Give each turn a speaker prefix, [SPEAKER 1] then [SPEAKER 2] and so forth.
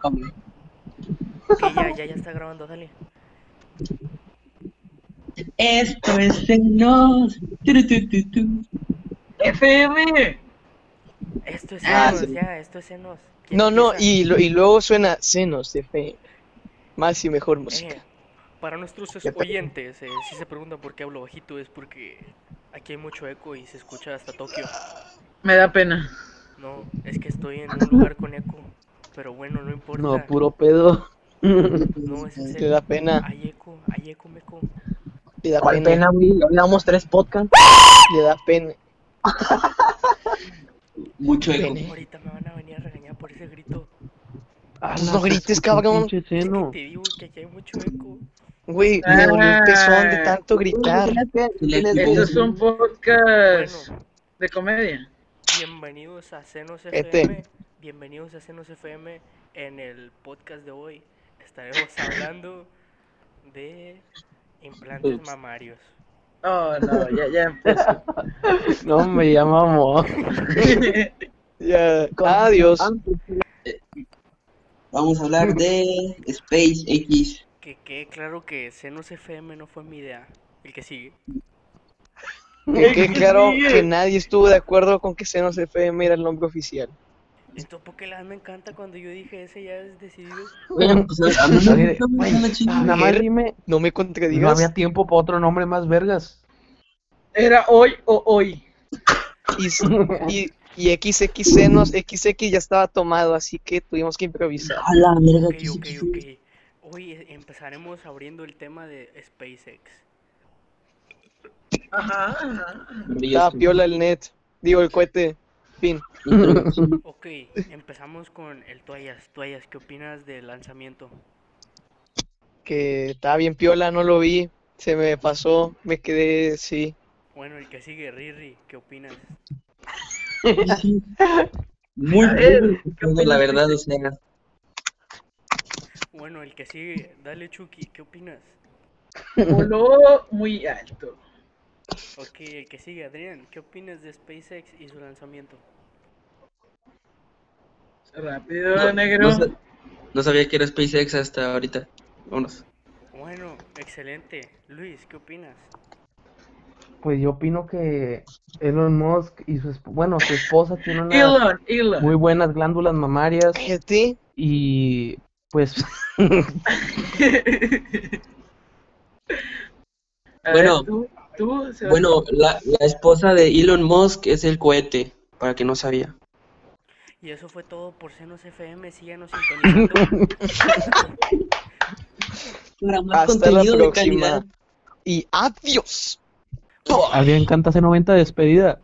[SPEAKER 1] conmigo.
[SPEAKER 2] Ok, ya, ya, ya está grabando, dale.
[SPEAKER 1] Esto es en los... tu, tu, tu, tu. FM.
[SPEAKER 2] Esto es
[SPEAKER 1] Ah,
[SPEAKER 2] Enos,
[SPEAKER 3] sí.
[SPEAKER 2] ya, esto es Enos. ¿Quién
[SPEAKER 3] No, no,
[SPEAKER 2] empieza?
[SPEAKER 3] y, lo- y luego suena Senos de FM. Más y mejor música.
[SPEAKER 2] Eh, para nuestros
[SPEAKER 3] Ya está.
[SPEAKER 2] oyentes, eh, si se preguntan por qué hablo bajito, es porque aquí hay mucho eco y se escucha hasta Tokio.
[SPEAKER 4] Me da pena.
[SPEAKER 2] No, es que estoy en un lugar con eco. Pero bueno, no importa.
[SPEAKER 3] No, puro pedo.
[SPEAKER 2] No, es en
[SPEAKER 3] Te
[SPEAKER 2] serio.
[SPEAKER 3] da pena,
[SPEAKER 2] Hay eco, hay eco, meco.
[SPEAKER 3] te da
[SPEAKER 1] ¿Cuál
[SPEAKER 3] pena,
[SPEAKER 1] pena, güey? Ya Hablamos tres podcasts.
[SPEAKER 3] le da pena.
[SPEAKER 5] Mucho eco.
[SPEAKER 3] Pene.
[SPEAKER 2] Ahorita me van a venir a regañar por ese grito.
[SPEAKER 3] Pues no grites, cabrón.
[SPEAKER 6] Pinche
[SPEAKER 2] Es que
[SPEAKER 6] seno.
[SPEAKER 2] te digo que aquí hay mucho eco.
[SPEAKER 3] Güey, me dolió el pezón de tanto gritar.
[SPEAKER 1] Tienes que- tienes que-
[SPEAKER 5] pues,
[SPEAKER 4] Esto es un podcast
[SPEAKER 2] Bueno,
[SPEAKER 4] de comedia.
[SPEAKER 2] bienvenidos a Cenos
[SPEAKER 3] Este.
[SPEAKER 2] FM. Bienvenidos a Cenos FM. En el podcast de hoy estaremos hablando de implantes
[SPEAKER 3] Ups.
[SPEAKER 2] mamarios.
[SPEAKER 4] Oh, no, ya, ya empezó.
[SPEAKER 6] No me llamamos.
[SPEAKER 3] Ya, Adiós.
[SPEAKER 5] Vamos a hablar de SpaceX.
[SPEAKER 2] Que quede claro que Cenos FM no fue mi idea. El que sigue.
[SPEAKER 3] Que quede claro
[SPEAKER 4] sigue?
[SPEAKER 3] que nadie estuvo de acuerdo con que Senos FM era el nombre oficial.
[SPEAKER 2] Esto porque la me encanta cuando yo dije ese ya es decidido.
[SPEAKER 5] Bueno, pues a mí
[SPEAKER 6] A
[SPEAKER 5] me
[SPEAKER 6] ver,
[SPEAKER 5] gusta mucho
[SPEAKER 6] güey,
[SPEAKER 5] la chingada.
[SPEAKER 6] Nada más dime,
[SPEAKER 3] Ah, No me
[SPEAKER 6] no
[SPEAKER 3] contradigas.
[SPEAKER 6] había tiempo para otro nombre más vergas.
[SPEAKER 4] Era hoy o hoy.
[SPEAKER 3] Y, y, y XX Senos, XX ya estaba tomado, así que tuvimos que improvisar.
[SPEAKER 5] A la verga,
[SPEAKER 2] Ok,
[SPEAKER 5] que sí,
[SPEAKER 2] ok,
[SPEAKER 5] que sí.
[SPEAKER 2] ok. Hoy eh, empezaremos abriendo el tema de SpaceX.
[SPEAKER 4] Ajá, ajá.
[SPEAKER 3] Estaba Ah, piola el net. Digo, el cohete. Fin.
[SPEAKER 2] Ok, empezamos con el Toallas. Toallas, ¿qué opinas del lanzamiento?
[SPEAKER 3] Que estaba bien piola, no lo vi. Se me pasó, me quedé, sí.
[SPEAKER 2] Bueno, el que sigue, Riri, ¿qué opinas?
[SPEAKER 5] Muy
[SPEAKER 4] A ver,
[SPEAKER 5] bien, la verdad, o sea,
[SPEAKER 2] Bueno, el que sigue, dale Chucky, ¿qué opinas?
[SPEAKER 4] Voló muy alto.
[SPEAKER 2] Ok, el que sigue, Adrián, ¿qué opinas de SpaceX y su lanzamiento?
[SPEAKER 4] Rápido,
[SPEAKER 5] no-
[SPEAKER 4] negro.
[SPEAKER 5] no sa- no sabía que era SpaceX hasta ahorita. Vámonos.
[SPEAKER 2] Bueno, excelente. Luis, ¿qué opinas?
[SPEAKER 6] Pues yo opino que Elon Musk y su esp- bueno, su esposa tiene unas
[SPEAKER 4] Elon, Elon.
[SPEAKER 6] muy buenas glándulas mamarias
[SPEAKER 3] Cállate.
[SPEAKER 6] y pues
[SPEAKER 4] A ver,
[SPEAKER 5] Bueno.
[SPEAKER 4] tú, tú, Sebastián.
[SPEAKER 5] Bueno, la, la esposa de Elon Musk es el cohete, para que no sabía.
[SPEAKER 2] Y eso fue todo por Senos FM, síganos sintonizando.
[SPEAKER 5] Para más
[SPEAKER 3] Hasta la
[SPEAKER 5] contenido de
[SPEAKER 3] próxima.
[SPEAKER 5] calidad.
[SPEAKER 3] Y adiós.
[SPEAKER 6] Adrián canta C90 despedida.